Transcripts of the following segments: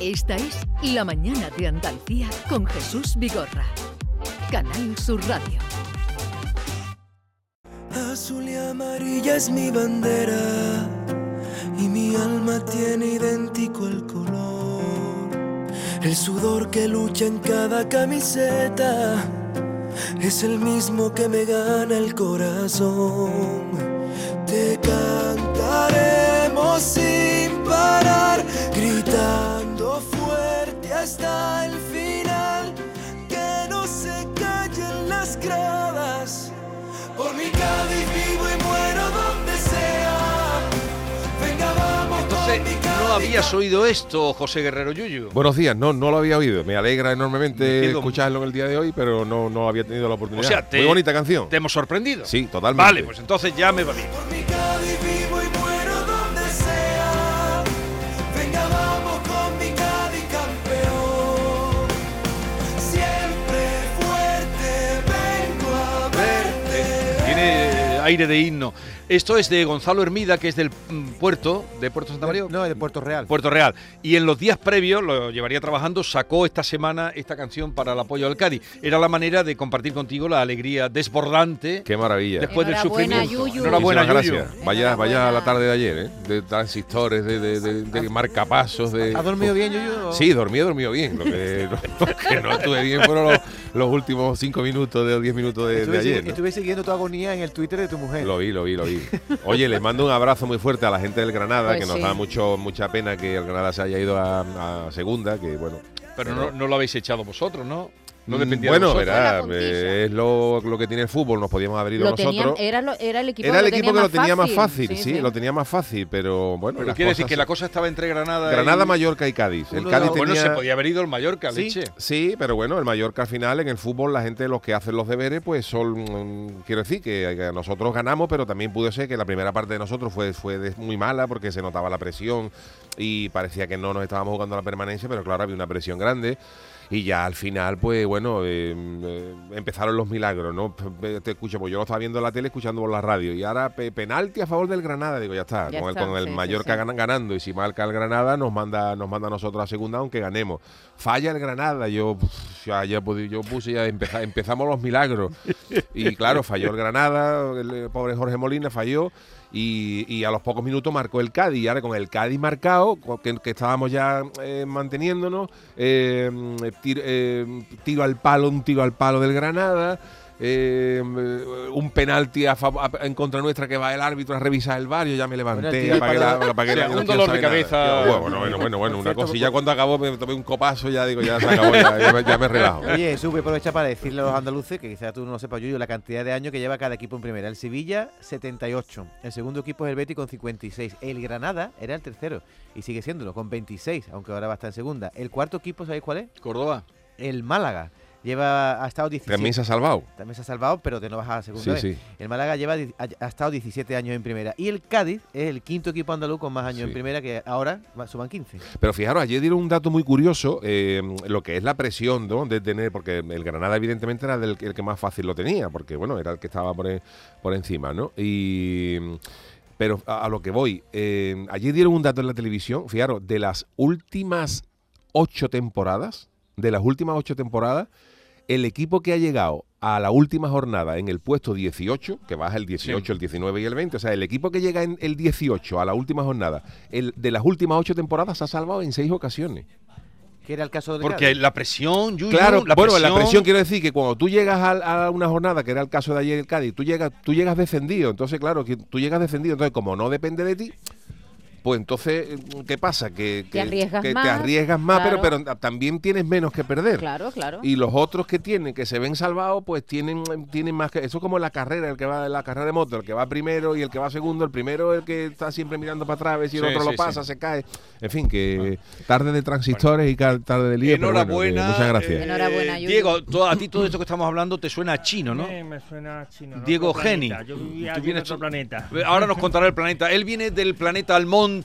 Esta es La Mañana de Andalucía con Jesús Vigorra. Canal Sur Radio. Azul y amarilla es mi bandera y mi alma tiene idéntico el color. El sudor que lucha en cada camiseta es el mismo que me gana el corazón. Te cantaremos sin parar, gritando fuerte hasta el final. Que no se callen las gradas. Por mi Cádiz vivo y muero donde sea. Venga, vamos, Entonces, no habías oído esto, José Guerrero Yuyu. Buenos días, no, no lo había oído. Me alegra Me enormemente quedo- escucharlo en el día de hoy, pero no, no había tenido la oportunidad. O sea, te- Muy bonita canción. Te hemos sorprendido. Sí, totalmente. Vale, pues entonces ya me va bien. por mi Cádiz vivo y muero donde sea. Venga, vamos con mi Cádiz campeón. Siempre fuerte vengo a verte. Tiene eh, aire de himno. Esto es de Gonzalo Hermida, que es del mm, puerto, de Puerto Santa María. No, de Puerto Real. Puerto Real. Y en los días previos, lo llevaría trabajando, sacó esta semana esta canción para el apoyo al Cádiz. Era la manera de compartir contigo la alegría desbordante Qué maravilla. después del Enhorabuena, sufrimiento. Eh, Yuyu. Enhorabuena, Muchísimas Yuyu. gracias. Vaya, vaya Enhorabuena. la tarde de ayer, ¿eh? De transistores, de, de, de- de marcapasos, de... ¿Has dormido bien, Yuyu? Sí, dormí, he dormido bien. Lo que, lo que no estuve bien fueron los, los últimos cinco minutos, de, diez minutos de, de Estuve, ayer. sigui- ¿no? estuve siguiendo tu agonía en el Twitter de tu mujer. Lo vi, lo vi, lo vi. Oye, les mando un abrazo muy fuerte a la gente del Granada, Pues que nos sí. da mucho mucha pena que el Granada se haya ido a, a segunda, que bueno. Pero no, no lo habéis echado vosotros, ¿no? No Mm, dependía Bueno, de vosotros. verá, Fue la eh, es lo, lo que tiene el fútbol, nos podíamos haber ido Lo nosotros. tenían- era, lo- era el equipo, Era el que, equipo que lo tenía más fácil, sí, sí. lo tenía más fácil, pero bueno. Pero las quiere decir cosas- que la cosa estaba entre Granada, Granada, y... Mallorca y Cádiz. El Uno Cádiz de Bueno, tenía- se podía haber ido el Mallorca, Sí, leche. sí, pero bueno, el Mallorca al final, en el fútbol, la gente, los que hacen los deberes, pues son. mm, Quiero decir que que nosotros ganamos, pero también pudo ser que la primera parte de nosotros fue, fue de- muy mala porque se notaba la presión y parecía que no nos estábamos jugando la permanencia, pero claro, había una presión grande. Y ya al final, pues bueno, eh, eh, empezaron los milagros, ¿no? P- p- Te escucho, pues yo lo estaba viendo en la tele, escuchando por la radio. Y ahora pe- penalti a favor del Granada, digo, ya está. Ya con, está, el, con el sí, sí, Mallorca sí. ganan- ganando. Y si marca el Granada, nos manda, nos manda a nosotros a segunda, aunque ganemos. Falla el Granada, yo, pf, ya, ya pude- yo puse, ya empeza- empezamos los milagros. Y claro, falló el Granada, el, eh, pobre Jorge Molina falló. Y, y a los pocos minutos marcó el Cádiz. Y ahora con el Cádiz marcado, co- que, que estábamos ya eh, manteniéndonos, eh, tir- eh, tiro al palo, un tiro al palo del Granada. eh, un penalti a fav- a- en contra nuestra que va el árbitro a revisar el barrio, ya me levanté, tiro al apagué palo- la- apagué O sea, la- un no quiero dolor de saber nada. cabeza. Bueno, bueno, Ah, bueno, bueno, bueno, una Perfecto, cosa. Y ya cuando acabó me tomé un copazo, ya digo, ya se acabó, ya, ya me- ya me relajo. Oye, sube aprovecha para decirle a los andaluces, que quizás tú no lo sepas, Yuyu, la cantidad de años que lleva cada equipo en primera. El Sevilla, 78. El segundo equipo es el Betis con 56. El Granada era el tercero y sigue siéndolo, con 26, aunque ahora va a estar en segunda. El cuarto equipo, ¿sabéis cuál es? Córdoba. El Málaga. Lleva, ha estado 17. También se ha salvado. También se ha salvado, pero te no vas a segunda Sí, vez. sí. El Málaga lleva, di- ha, ha estado 17 años en primera. Y el Cádiz es el quinto equipo andaluz con más años Sí. en primera, que ahora va- suman 15. Pero fijaros, ayer dieron un dato muy curioso, eh, lo que es la presión ¿no? de tener, porque el Granada evidentemente era del, el que más fácil lo tenía, porque bueno, era el que estaba por, e- por encima, ¿no? Y, pero a, a lo que voy, eh, ayer dieron un dato en la televisión, fijaros, de las últimas ocho temporadas, de las últimas ocho temporadas, el equipo que ha llegado a la última jornada en el puesto 18, que baja el 18, Sí. el 19 y el 20, o sea, el equipo que llega en el 18 a la última jornada, el, de las últimas ocho temporadas se ha salvado en seis ocasiones. Que era el caso del Porque Cádiz. la presión, Yuyu, Claro, la bueno, presión, la presión quiero decir que cuando tú llegas a, a una jornada, que era el caso de ayer el Cádiz, tú llegas, tú llegas descendido, entonces claro, que tú llegas descendido, entonces como no depende de ti, pues entonces, ¿qué pasa? Que, que- arriesgas que más, te arriesgas más, pero, claro. pero también tienes menos que perder. Claro, claro. Y los otros que tienen, que se ven salvados, pues tienen, tienen más que. Eso es como la carrera, el que va la carrera de moto, el que va primero y el que va segundo, el primero el que está siempre mirando para atrás, a ver si el Sí, otro sí, lo pasa, sí. Ah. se cae. En fin, que tarde de transistores y cal- tarde de lío. pero bueno, que Enhorabuena. muchas eh, gracias. Enhorabuena, Yuyu. Diego, to- a ti todo esto que estamos hablando te suena a chino, ¿no? Eh, Me, me suena a chino. ¿no? Diego Otro planeta. Geni. Yo Tú vivía allí en vienes otro tú- planeta. Ahora nos contará el planeta. Él viene del planeta Almonte,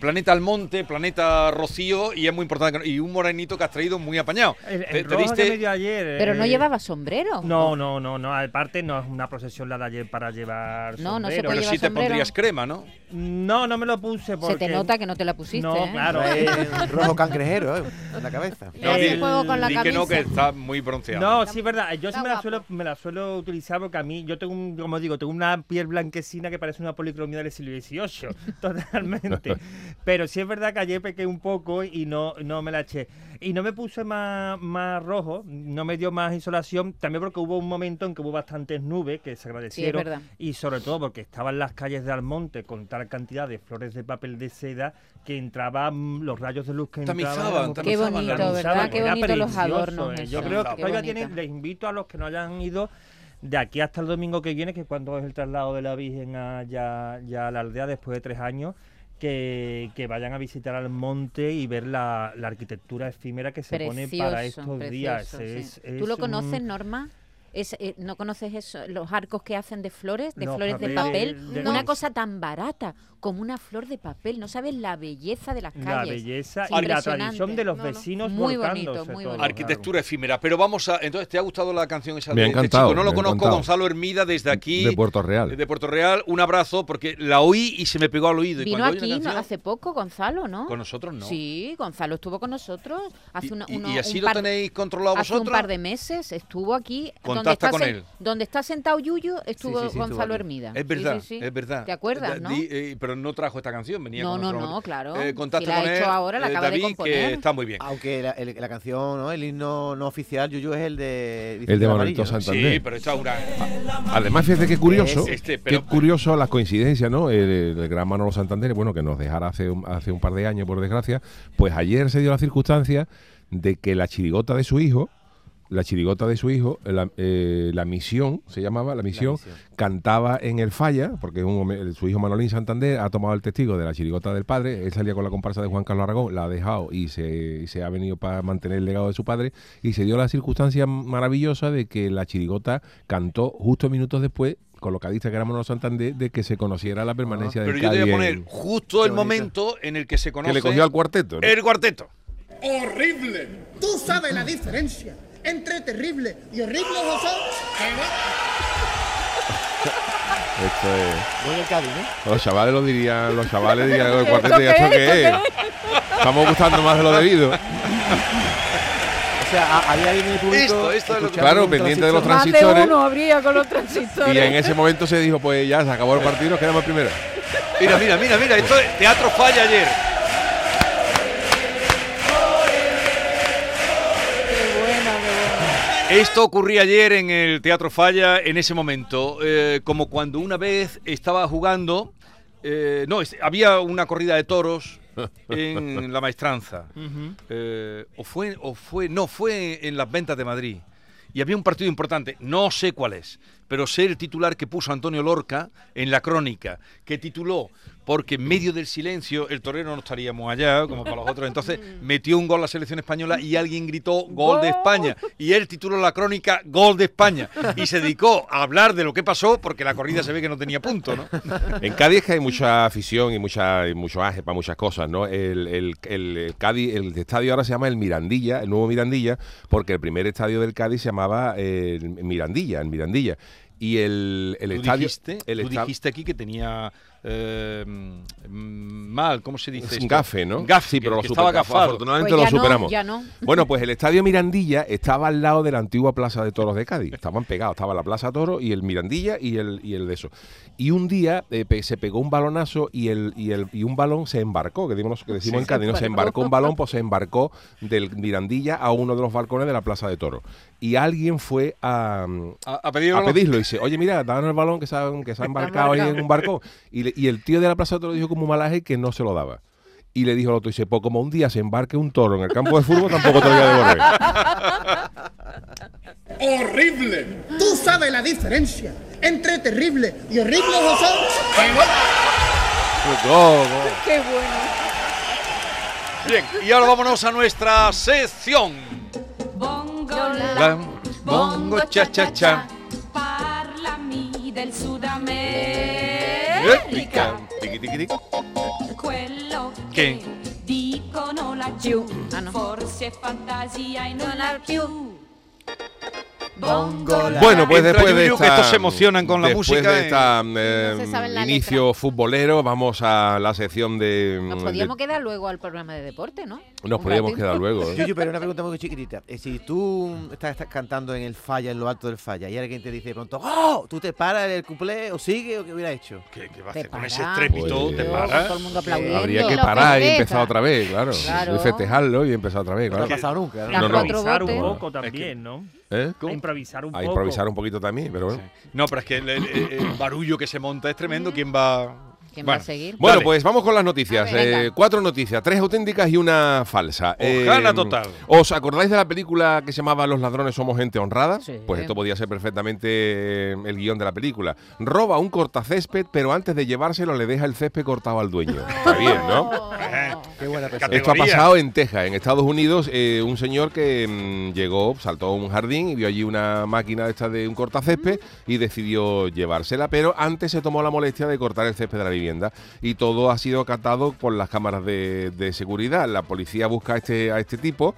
Planeta Almonte, Planeta Rocío y es muy importante. que no- Y un morenito que has traído muy apañado. El, el Te- te rojo que diste- me dio ayer. Pero no eh, llevaba sombrero. No, no, no, no. Aparte, no es una procesión la de ayer para llevar. No, no se sombrero. puede Pero lleva sí te sombrero. pondrías crema, ¿no? No, no me lo puse porque. Se te nota que no te la pusiste. No, ¿eh? claro. Trae eh, un rojo cangrejero eh, en la cabeza. No, Ese di- juego con la di que no, que camisa. está muy bronceado. No, sí, es verdad. Yo sí está me la, guapo. suelo, me la suelo utilizar porque a mí, yo tengo, un, como digo, tengo una piel blanquecina que parece una policromía del siglo XVIII, totalmente. Pero sí es verdad que ayer pequé un poco y no, no me la eché. Y no me puse más, más rojo, no me dio más insolación, también porque hubo un momento en que hubo bastantes nubes que se agradecieron. verdad. y sobre todo porque estaban las calles de Almonte con tal cantidad de flores de papel de seda que entraban los rayos de luz que entraban. Tamizaban, como que Qué Lanzaban, bonito, lanzaban, ¿verdad? Qué era bonito los precioso, adornos. pues eh. eso, Yo creo qué que todavía tiene- bonito. les invito a los que no hayan ido de aquí hasta el domingo que viene, que cuando es el traslado de la Virgen a, ya, ya a la aldea después de tres años, que, que vayan a visitar al monte y ver la, la arquitectura efímera que se pone para Precioso, estos días. precioso, Es- sí. es ¿Tú lo un- conoces, Norma? Es, eh, ¿No conoces eso? los arcos que hacen de flores, de Los flores de papeles papel? de- Una No. cosa tan barata como una flor de papel. No sabes la belleza de las calles. La belleza Sí, y la impresionante. tradición de los No, no. vecinos Muy bonito, volcándose muy todos. bonito. Arquitectura efímera. Pero vamos a. Entonces, ¿te ha gustado la canción esa Me ha de este encantado, chico? No lo me ha conozco, encantado. Gonzalo Hermida, desde aquí. De Puerto eh, Real. de Puerto Real. Un abrazo, porque la oí y se me pegó al oído. Y Vino cuando oí aquí una ¿no? canción- hace poco Gonzalo, ¿no? Con nosotros no. Sí, Gonzalo estuvo con nosotros hace Y- una- y, uno- y así un lo par- tenéis controlado Hace vosotros. un par de meses estuvo aquí. donde Contacta está, con sen- él. donde está sentado Yuyu estuvo sí, sí, estuvo Gonzalo aquí. Hermida. Es Sí, verdad, sí, sí. es verdad. ¿Te acuerdas, Eh, no? di- eh, pero no trajo esta canción, venía No, con no, otro- no, claro. Eh, Si contacto la ha con él, hecho ahora, la eh, acaba de David, componer. que está muy Ah, bien. Aunque la, el- la canción, ¿no? el himno no oficial, Yuyu, es el de. El de Manolito Amarillo, ¿no? Santander. Sí, pero está una... Ah, Además, fíjate qué curioso, Ese, este, pero- qué curioso las coincidencias, ¿no? El, el gran Manolo Santander, bueno, que nos dejara hace un, hace un par de años, por desgracia, pues ayer se dio la circunstancia de que la chirigota de su hijo, la chirigota de su hijo, la, eh, la misión, se llamaba, la misión, Misión. cantaba en el Falla, porque un home- el- su hijo Manolín Santander ha tomado el testigo de la chirigota del padre, él salía con la comparsa de Juan Carlos Aragón, la ha dejado y se, y se ha venido para mantener el legado de su padre, y se dio la circunstancia maravillosa de que la chirigota cantó justo minutos después, con lo que dice que era Manolo Santander, de que se conociera la permanencia del Ah, Pero yo te voy a Cádiz en- poner justo Qué el bonito. momento en el que se conoce que le cogió al cuarteto, ¿no? el cuarteto. Horrible. ¿Tú sabes la diferencia entre terrible y horrible, José? Esto es- Voy al Cádiz, ¿eh? ¿no? Los chavales lo dirían, los chavales dirían, el cuarteto, qué ¿y esto es? qué es? Estamos gustando más de lo debido. O sea, a- había alguien en el público. Esto, esto es lo que- escuchando Claro, un pendiente de los transistor. Más de transistores. uno habría con los Y en transistores. ese momento se dijo, pues ya se acabó el partido, nos quedamos primero. Mira, mira, mira, mira, esto es teatro falla ayer. Qué bueno, qué bueno. Esto ocurría ayer en el Teatro Falla, en ese momento, eh, como cuando una vez estaba jugando, eh, no, es- había una corrida de toros en La Maestranza, Ujú. eh, o fue, o fue, no, fue en las ventas de Madrid, y había un partido importante, no sé cuál es, pero sé el titular que puso Antonio Lorca en la crónica, que tituló, porque en medio del silencio el torero no estaríamos allá, como para los otros, entonces metió un gol la selección española y alguien gritó gol de España. Y él tituló la crónica Gol de España. Y se dedicó a hablar de lo que pasó porque la corrida se ve que no tenía punto, ¿no? En Cádiz que hay mucha afición y, mucha, y mucho ángel para muchas cosas, ¿no? El, el- el- el Cádiz, el estadio ahora se llama el Mirandilla, el nuevo Mirandilla, porque el primer estadio del Cádiz se llamaba eh, el Mirandilla, el Mirandilla. Y el, el tú estadio... dijiste, el tú esta- dijiste aquí que tenía eh, mm, mal, ¿cómo se dice? es un esto? gafe, ¿no? Gafe, sí, que- pero lo que estaba superamos. gafado. Afortunadamente Pues ya lo no, superamos. ya no. Bueno, pues el Estadio Mirandilla estaba al lado de la antigua Plaza de Toros de Cádiz. Estaban pegados, estaba la Plaza Toro y el Mirandilla y el, y el de eso. Y un día eh, pe- se pegó un balonazo y, el, y, el, y un balón se embarcó, que decimos, que decimos en Cádiz, ¿no? se embarcó un balón, pues se embarcó del Mirandilla a uno de los balcones de la Plaza de Toros. Y alguien fue a, A, a pedirlo. a pedirlo. Y dice, oye, mira, danos el balón que se ha, que se ha embarcado ahí en un barco. Y, le- y el tío de la plaza te lo dijo como un malaje que no se lo daba. Y le dijo al otro, dice, pues como un día se embarque un toro en el campo de fútbol, tampoco te lo voy a devolver. Horrible. ¿Tú sabes la diferencia entre terrible y horrible, José? Go, go. Qué bueno. Bien, y ahora vámonos a nuestra sección. Bongo, La- bongo, cha, cha, cha. Parla mi del Épica. Sudamerica. Quello Che? Dicono laggiù, Più. Ah, no. forse è fantasia e non Non la la più. Bongo la- Bueno, pues Entra después de Yuyu, esta, que estos se emocionan con la después música, de eh. esta, eh, No se saben la inicio futbolero, vamos a la sección de. em, Nos de- podíamos quedar luego al programa de deporte, ¿no? nos Un podíamos ratito. quedar luego. ¿eh? Yuyu, pero una pregunta muy chiquitita. Eh, Si tú estás, estás cantando en el falla, en lo alto del falla, y alguien te dice de pronto, ¡Oh! ¿Tú te paras del cuplé o sigue o qué hubiera hecho? ¿Qué, qué va a Te hacer con ese paras. estrépito? Pues- ¿Te Luego, paras? Todo el mundo aplaudiendo. Habría que Lo parar y festeja. empezar otra vez, claro. Claro. Y festejarlo y empezar otra vez, No ha claro. pasado nunca, La ¿no? No, A no. cuatro improvisar un botes. poco Es que- también, ¿no? ¿Eh? A improvisar un A poco. improvisar un poquito también, pero bueno. No, pero es que el, el- el- el barullo que se monta es tremendo. ¿Quién va...? ¿Quién va Bueno, a seguir? Bueno, Dale. pues vamos con las noticias. A ver, venga. Eh, cuatro noticias, tres auténticas y una falsa. Eh, Ojala total. ¿Os acordáis de la película que se llamaba Los ladrones somos gente honrada? Sí. Pues esto podía ser perfectamente eh, el guión de la película. Roba un cortacésped, pero antes de llevárselo le deja el césped cortado al dueño. Está bien, ¿no? Qué buena persona. Esto ha Categoría. pasado en Texas, en Estados Unidos. eh, un señor que mm, llegó, saltó a un jardín y vio allí una máquina esta de un cortacésped y decidió llevársela, pero antes se tomó la molestia de cortar el césped de la vivienda y todo ha sido acatado por las cámaras de, de seguridad. La policía busca a este, a este tipo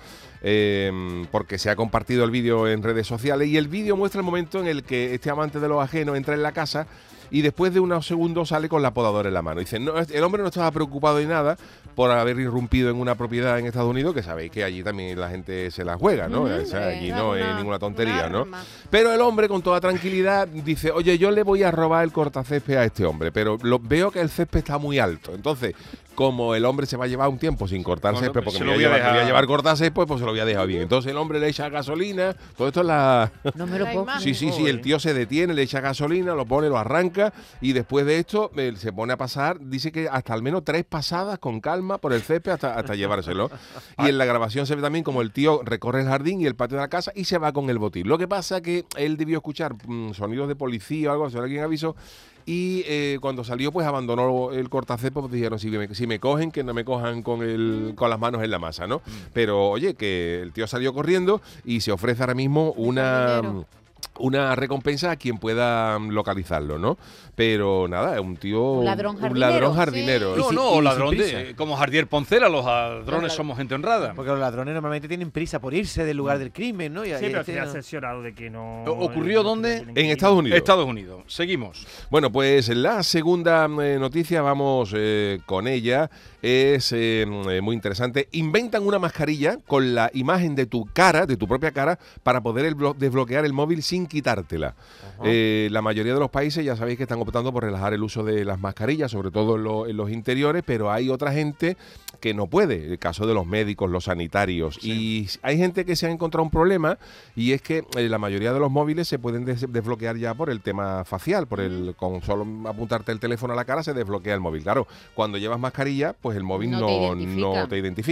eh, porque se ha compartido el vídeo en redes sociales y el vídeo muestra el momento en el que este amante de los ajenos entra en la casa y después de unos segundos sale con la podadora en la mano. Dice, no, el hombre no estaba preocupado de nada por haber irrumpido en una propiedad en Estados Unidos, que sabéis que allí también la gente se la juega, ¿no? Ujú, O sea, sí. allí no es Una- ninguna una tontería, ¿no? arma. Pero el hombre con toda tranquilidad dice, oye, yo le voy a robar el cortacésped a este hombre, pero lo, veo que el césped está muy alto. Entonces, como el hombre se va a llevar un tiempo sin cortar Bueno, césped, pues porque se me lo voy a voy a llevar, me voy a dejar. llevar cortacésped, pues se lo voy a dejar bien. Entonces el hombre le echa gasolina, todo esto es la... No me lo La puedo imagen. Sí, sí, sí, el tío se detiene, le echa gasolina, lo pone, lo arranca y después de esto eh, se pone a pasar, dice que hasta al menos tres pasadas con calma por el césped hasta, hasta llevárselo. Y en la grabación se ve también como el tío recorre el jardín y el patio de la casa y se va con el botín. Lo que pasa que él debió escuchar mm, sonidos de policía o algo, si alguien avisó. Y eh, cuando salió, pues abandonó el cortacésped, pues dijeron, si me, si me cogen, que no me cojan con, el, con las manos en la masa, ¿no? Pero oye, que el tío salió corriendo y se ofrece ahora mismo una mm, dinero. una recompensa a quien pueda mm, localizarlo, ¿no? Pero nada, es un tío. Un ladrón un ladrón jardinero. jardinero, No, sin- no, y o sin ladrón prisa. de... Como Jardier Poncela, los ladrones somos gente honrada. Porque los ladrones normalmente tienen prisa por irse del lugar del crimen, ¿no? Y- y Sí, pero este se ha no. asesorado de que no. ¿Ocurrió dónde? En Estados Unidos. Estados Unidos. Seguimos. Bueno, pues la segunda eh, noticia, vamos eh, con ella, es eh, eh, muy interesante. Inventan una mascarilla con la imagen de tu cara, de tu propia cara, para poder el blo- desbloquear el móvil sin quitártela. Eh, la mayoría de los países ya sabéis que están optando por relajar el uso de las mascarillas, sobre todo en, lo- en los interiores, pero hay otra gente que no puede, el caso de los médicos, los sanitarios. Y hay gente que se ha encontrado un problema y es que eh, la mayoría de los móviles se pueden des- desbloquear ya por el tema facial, por el con solo apuntarte el teléfono a la cara se desbloquea el móvil. Claro, cuando llevas mascarilla, pues el móvil No no, te no te identifica. identifica.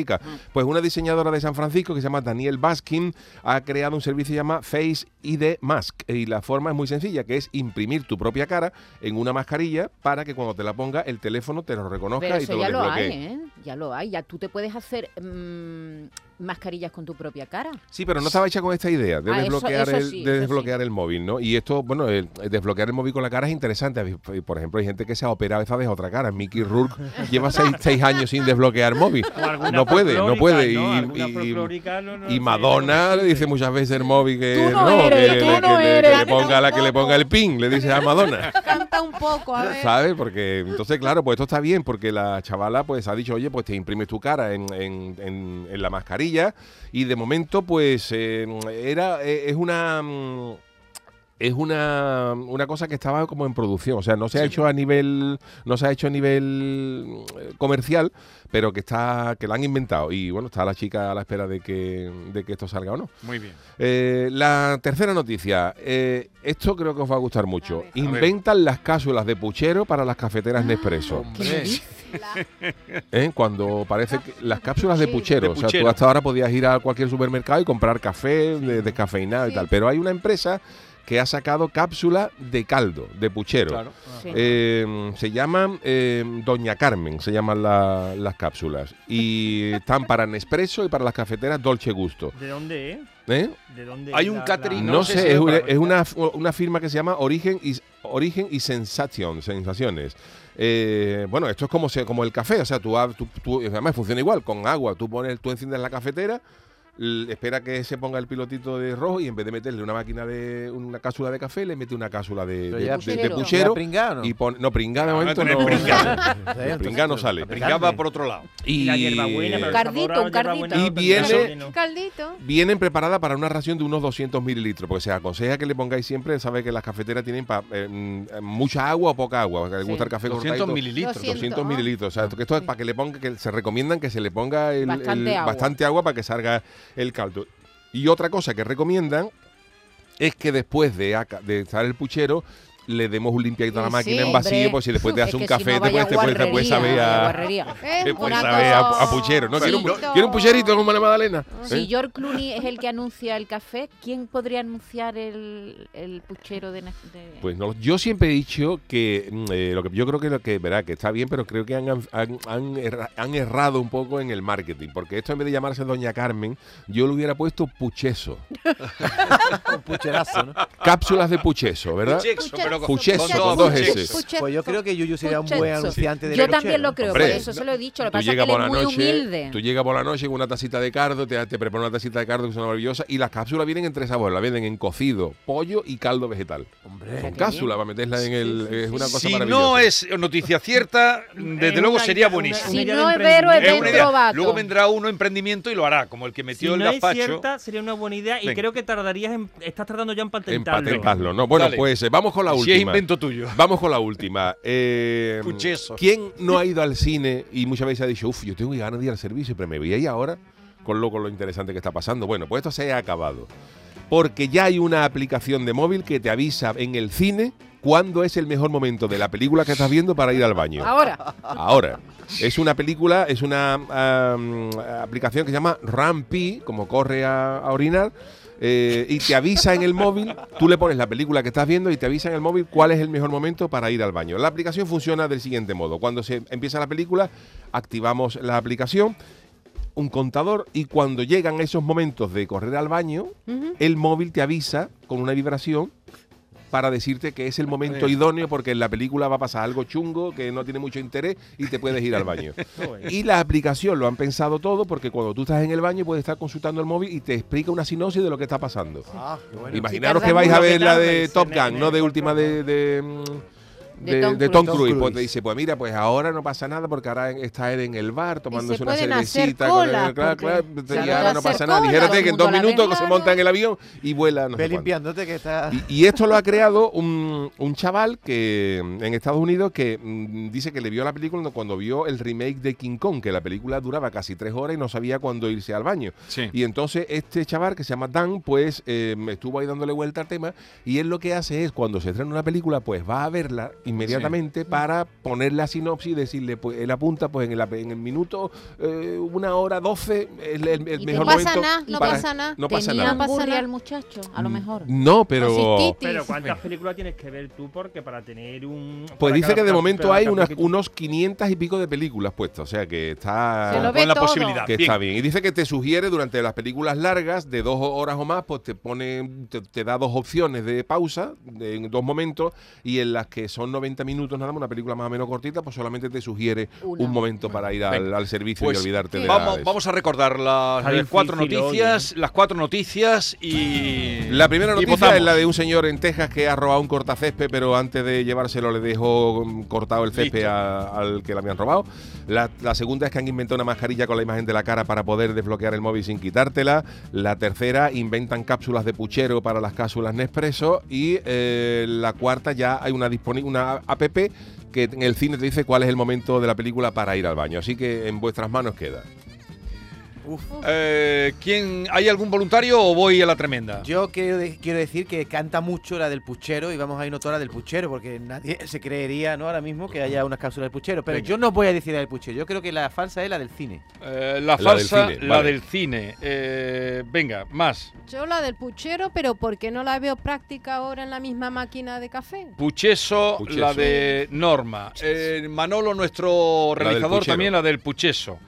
Pues una diseñadora de San Francisco que se llama Daniel Baskin ha creado un servicio llamado Face ID Mask y la forma es muy sencilla, que es imprimir tu propia cara en una mascarilla para que cuando te la ponga el teléfono te lo reconozca Pero y eso te lo ya lo desbloquee. hay, ¿eh? Ya lo hay. Ya tú te puedes hacer mm, mascarillas con tu propia cara. Sí, pero no estaba hecha con esta idea de Ah, eso- desbloquear, eso el, sí, de eso desbloquear el móvil, ¿no? Y esto, bueno, el- el desbloquear el móvil con la cara es interesante. Hay- Por ejemplo, hay gente que se ha operado esta vez otra cara. Mickey Rourke lleva seis, seis años sin desbloquear móvil. O alguna No puede, no folclórica, puede. ¿no? Y, Alguna y- folclórica, no, no y sé, Madonna no le dice muchas veces el móvil que Tú no eres, que, tú le, no que le- que eres. le ponga la que le ponga el pin, le dice a Madonna. Canta un poco, a ver. ¿Sabes? Porque entonces, claro, pues esto está bien, porque la chavala pues ha dicho, oye, pues te imprimes tu cara en, en- en- en la mascarilla y de momento pues eh, era, eh, es una... mm, Es una, una cosa que estaba como en producción, o sea, no se ha hecho a nivel, no se ha hecho a nivel eh, comercial, pero que está, que la han inventado. Y bueno, está la chica a la espera de que, de que esto salga o no. Muy bien. Eh, la tercera noticia. Eh, esto creo que os va a gustar mucho. ver. Inventan las cápsulas de puchero para las cafeteras Nespresso. ¿Qué me dices? ¿Eh? Cuando parece que las cápsulas de De puchero. o sea, tú puchero. hasta ahora podías ir a cualquier supermercado y comprar café de- descafeinado y Sí. tal. Pero hay una empresa que ha sacado cápsula de caldo, de puchero. Sí. Eh, se llaman eh, Doña Carmen, se llaman la- las cápsulas. Y están para Nespresso y para las cafeteras Dolce Gusto. ¿De dónde, eh? ¿Eh? ¿De dónde Hay es un la- catering, la- No, No sé si sé, es, es una, para es una- una firma que se llama Origen y, Origen y Sensación, Sensaciones. eh, bueno, esto es como, se- como el café, o sea, tú, ab- tú- tú- además funciona igual, con agua, tú pones, tú enciendes la cafetera, l- espera que se ponga el pilotito de rojo y en vez de meterle una máquina de una cápsula de café, le mete una cápsula de, Pero de- de- de ya- Pucherero. ¿Ya puchero pringado o no? y pon- no pringada de No, momento no tiene no, pringada. el pringá no pues, sale. Brincaba por otro lado. Y, la hierbabuena, pero Un el cardito, sabor a un hierbabuena cardito. no Y tendrá viene- porque no. Caldito. Vienen preparadas para una ración de unos 200 mililitros, porque se aconseja que le pongáis siempre, sabe que las cafeteras tienen pa- eh, mm, mucha agua o poca agua, que le Sí. gusta el café 200 cortadito. mililitros. 200. 200 mililitros. O sea, que esto es para que le ponga, que se recomiendan que se le ponga el, Bastante el- agua. bastante agua para que salga el caldo. Y otra cosa que recomiendan es que después de, aca- de estar el puchero, le demos un limpiadito a la Sí, máquina sí, en vacío, hombre. porque si después te Es hace un que si café, no, después vaya te puedes, después guarrería, sabe vaya a, guarrería. Eh, Es después una sabe a, a cosa- puchero. ¿no? Quiero, un, pu- Chito. quiero un pucherito como la Magdalena. Si ¿Eh? George Clooney es el que anuncia el café, ¿quién podría anunciar el, el puchero de, na- de- Pues no, yo siempre he dicho que mm, eh, lo que yo creo que lo que verá que está bien, pero creo que han, han- han erra- han errado un poco en el marketing, porque esto en vez de llamarse Doña Carmen, yo le hubiera puesto pucheso, Un pucherazo, ¿no? cápsulas de pucheso, ¿verdad? Puchexo, pero con- Puchexo, con con dos dos puchexos. S. Pues yo creo que Yuyu sería un buen Puchero. anunciante de Yo también lo creo, Hombre. por eso se lo he dicho. Lo Tú que pasa es que llegas él es por la muy noche, humilde. tú llegas por la noche con una tacita de cardo, te, te preparan una tacita de cardo que son maravillosas y las cápsulas vienen en tres sabores, la venden en cocido, pollo y caldo vegetal. Son cápsulas para meterlas en el es una cosa Si maravillosa. no es noticia cierta, Es desde luego una sería idea, una- buenísimo. una Si idea no de es Vero, es emprendimiento. Es una idea. Dentro vato. Luego vendrá uno emprendimiento y lo hará, como el que Si metió el no es gazpacho. cierta, sería una buena idea y Venga. creo que tardarías en... Estás tardando ya en en patentarlo. patentarlo, ¿no? Bueno, Dale. pues eh, vamos con la si última. es invento tuyo. Vamos con la última. Eh, Escuché eso. ¿Quién no ha ido al cine y muchas veces ha dicho, uff, yo tengo ganas de ir al servicio, pero me voy ahí ahora con lo, con lo interesante que está pasando? Bueno, pues esto se ha acabado. Porque ya hay una aplicación de móvil que te avisa en el cine cuándo es el mejor momento de la película que estás viendo para ir al baño. Ahora, Ahora, es una película, es una am, aplicación que se llama Rampi, como corre a, a orinar, eh, y te avisa en el móvil, tú le pones la película que estás viendo y te avisa en el móvil cuál es el mejor momento para ir al baño. La aplicación funciona del siguiente modo. Cuando se empieza la película, activamos la aplicación, un contador, y cuando llegan esos momentos de correr al baño, el móvil te avisa con una vibración para decirte que es el momento idóneo porque en la película va a pasar algo chungo que no tiene mucho interés y te puedes ir al baño. y la aplicación lo han pensado todo porque cuando tú estás en el baño puedes estar consultando el móvil y te explica una sinopsis de lo que está pasando. Ah, qué bueno. Imaginaros tarda que vais a mucho, ver que la tarda de y se Top me- Gun, me no de corta última de, de, mm, De de- Tom de Tom Cruise. Cruise. Pues Cruise. te dice, pues mira, pues ahora no pasa nada porque ahora está él en el bar tomándose una pueden hacer cervecita. con el- colas, claro, porque- claro, Claro, y ahora pueden no hacer pasa nada. colas, todo Dijérate el que en mundo dos a la vez. minutos que se Claro. monta en el avión y vuela. No sé Ve cuánto. limpiándote que está... Y, y esto lo ha creado un, un chaval que mm, en Estados Unidos que mm, dice que le vio la película cuando vio el remake de King Kong, que la película duraba casi tres horas y no sabía cuándo irse al baño. Sí. Y entonces este chaval que se llama Dan, pues eh, me estuvo ahí dándole vuelta al tema y él lo que hace es cuando se estrena una película, pues va a verla inmediatamente para poner la sinopsis y decirle, pues él apunta pues en el, en el minuto eh, una hora doce es el, el te mejor pasa momento. nada, no para- pasa nada. No pasa tenía nada. pasa hamburgues nada. al muchacho, a Mm, lo mejor. No, pero... pues Consistitis. Pero ¿cuántas películas tienes que ver tú? Porque para tener un... Pues para dice cada que de cap- momento para hay cada unas- capítulo- unos 500 y pico de películas puestas, o sea que Se está, lo Con ve la todo. posibilidad. que Bien. está bien. Y dice que te sugiere durante las películas largas, de dos horas o más, pues te pone, te, te da dos opciones de pausa de- en dos momentos y en las que son 90 minutos nada más, una película más o menos cortita, pues solamente te sugiere Una. un momento para ir al, Venga. al servicio Pues y olvidarte de la- vamos, eso. vamos a recordar las, Está las cuatro difícil hoy, noticias, las cuatro noticias y ¿eh? La primera y noticia votamos. es la de un señor en Texas que ha robado un cortacésped, pero antes de llevárselo le dejó mm, cortado el césped Listo. a- al que le habían robado. La, la segunda es que han inventado una mascarilla con la imagen de la cara para poder desbloquear el móvil sin quitártela. La tercera, inventan cápsulas de puchero para las cápsulas Nespresso. Y eh, la cuarta, ya hay una, disponi- una app que en el cine te dice cuál es el momento de la película para ir al baño. Así que en vuestras manos queda. Eh, ¿quién, ¿Hay algún voluntario o voy a la tremenda? Yo quiero, de- quiero decir que canta mucho la del puchero y vamos a ir notar la del puchero porque nadie se creería ¿no? ahora mismo que haya unas cápsulas del puchero. Pero Venga. yo no voy a decir la del puchero, yo creo que la falsa es la del cine. Eh, la del falsa, la del cine, cine. vale. Eh, venga, más. Yo la del puchero, pero porque no la veo práctica ahora en la misma máquina de café. Pucheso, Pucheso. la de Norma. Eh, Manolo, nuestro La del realizador, puchero. también la del Pucheso.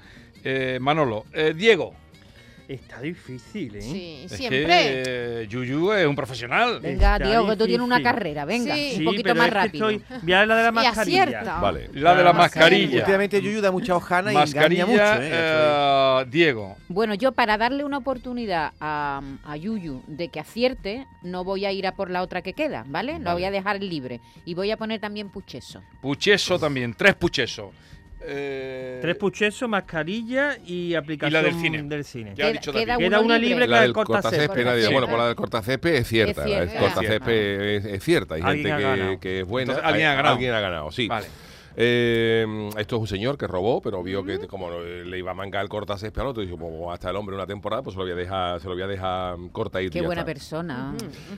Eh, Manolo. Eh, Diego. Está difícil, ¿eh? Sí, Es siempre. que eh, Yuyu es un profesional. Venga, Está Diego, que tú tienes una difícil. carrera, venga, Sí. un Sí, poquito pero más es que rápido. estoy- ya la de la y mascarilla. Ah. acierta. Vale. La de la mascarilla. Últimamente Yuyu da mucha hojana y engaña mascarilla, mucho, ¿eh? eh, Diego. Bueno, yo para darle una oportunidad a, a Yuyu de que acierte, no voy a ir a por la otra que queda, ¿vale? La voy a dejar libre. Y voy a poner también pucheso. Pucheso también, tres pucheso. Eh, Tres puchesos, mascarilla y aplicación del cine. cine. Ya ha dicho David. Queda una La libre La del del cortacésped, cortacésped, nadie- sí. bueno, pues la del cortacésped es cierta. Es la del cierta. cortacésped es, es cierta. Hay Alguien gente ha que, ganado. que es buena. Entonces, alguien Hay- ha ganado. Alguien ha ganado, sí. Vale. Eh, esto es un señor que robó, pero vio que como le iba a mangar el cortacésped al otro, dijo, como hasta el hombre una temporada, pues se lo voy a dejar, se lo voy a dejar corta y Qué ya buena está. persona.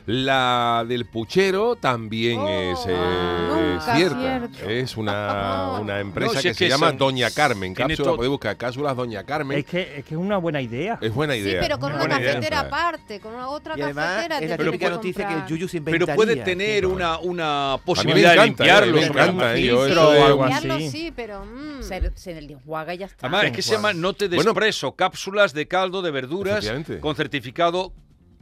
La del puchero también es, eh, nunca cierta. cierto. Es una, una empresa No, si que es se que llama son- Doña Carmen. tiene Cápsula, to- podéis buscar cápsulas Doña Carmen. Es Es, que, es que es una buena idea. buena Sí, idea. pero con es una buena idea. cafetera aparte, con una otra Y además cafetera es te la tienes típica que noticia que el comprar. Yuyu se inventaría. Pero puede sí, tener no. una, una A mí me posibilidad de encanta, eh, limpiarlo. me el programa. encanta. eh, Sí, yo sí, eso o de- algo así. Limpiarlo sí, pero... mm. Se, se le enjuaga y ya está. Además, es que se llama No te Bueno. despreso, cápsulas de caldo de verduras Efectivamente. con certificado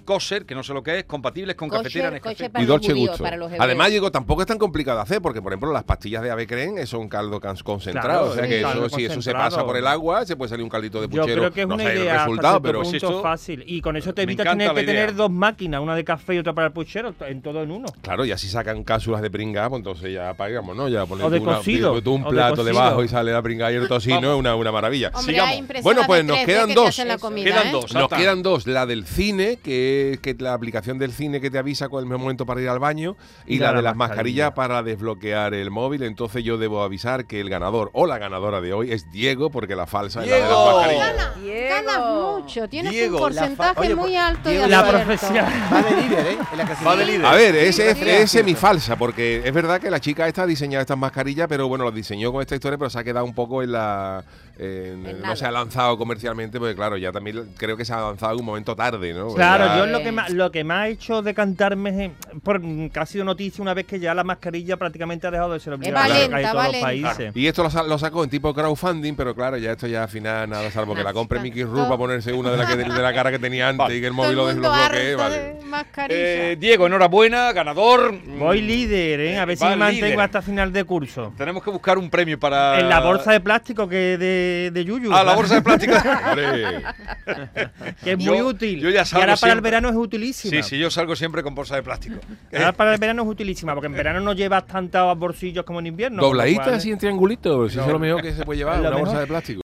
kosher, que no sé lo que es, compatibles con cafetera Kosher, Nescafé. kosher para y los Dolce judíos, Gusto. para los hebreos. Además, digo, tampoco es tan complicado de hacer, porque, por ejemplo, las pastillas de ave creen son caldo can- concentrado. Claro, o sea sí, que caldo eso, si eso se concentrado. pasa por el agua, se puede salir un caldito de puchero. Yo creo que es no una sé idea el resultado, pero pero punto. esto- fácil. Y con eso te Me evitas encanta tener la que tener idea. dos máquinas, una de café y otra para el puchero, to- en todo en uno. Claro, y así sacan cápsulas de pringá, pues entonces ya pagamos, ¿no? Ya pones O de tú una- cocido, tú un o de plato cocido. debajo y sale la pringá y el tocino, es una, una maravilla. Hombre, Sigamos. hay impresoras Bueno, pues de nos 3D quedan que te dos. hacen la Eso. comida, Quedan ¿eh? dos. Nos Salta. quedan dos, la del cine, que es que es la aplicación del cine que te avisa con el mismo momento para ir al baño, y la, de las mascarillas mascarilla. para desbloquear el móvil. Entonces yo debo avisar que el ganador o la ganadora de hoy es Diego, porque la falsa es la de las ¡Diego! mascarillas. Gana, ganas mucho, tienes Diego, un la porcentaje fa- oye, pues, muy alto Diego, de La acierto. profesión. Va de líder, ¿eh? En la Va de clasificación. líder. A ver, ese es, Sí, es sí. semifalsa, porque es verdad que la chica esta ha diseñado estas mascarillas, pero bueno, las diseñó con esta historia, pero se ha quedado un poco en la. en- En no nada. se ha lanzado comercialmente, porque claro, ya también creo que se ha lanzado en un momento tarde, ¿no? Pues Porque Claro, ya- yo lo que, más, lo que más ha hecho decantarme es en- por, que ha sido noticia una vez que ya la mascarilla prácticamente ha dejado de ser obligatoria en valenta, casi todos los valenta. países. Y esto lo, sa- lo sacó en tipo crowdfunding, pero claro, ya esto ya al final nada, salvo que la compre Mickey Rourke para ponerse una de la, que, de la cara que tenía antes y que Todo el móvil el lo mundo desbloquee, ¿eh? harto vale. de mascarilla. Eh, Diego, enhorabuena, ganador. Voy líder, ¿eh? A ver si Ah. Va me mantengo líder. hasta final de curso. Mm, Tenemos que buscar un premio para. En la bolsa de plástico que de, de Yuyu. Ah, la bolsa de plástico. Hombre, Que es Yo- muy útil. yo ya y ahora salgo para el siempre. verano es utilísima. Sí, sí, yo salgo siempre con bolsa de plástico. Ahora para el verano es utilísima, porque en verano no llevas tantos bolsillos como en invierno. con lo dobladita cual- así en triangulito, si eso es lo mejor que se puede llevar, Lo una bolsa mejor. de plástico.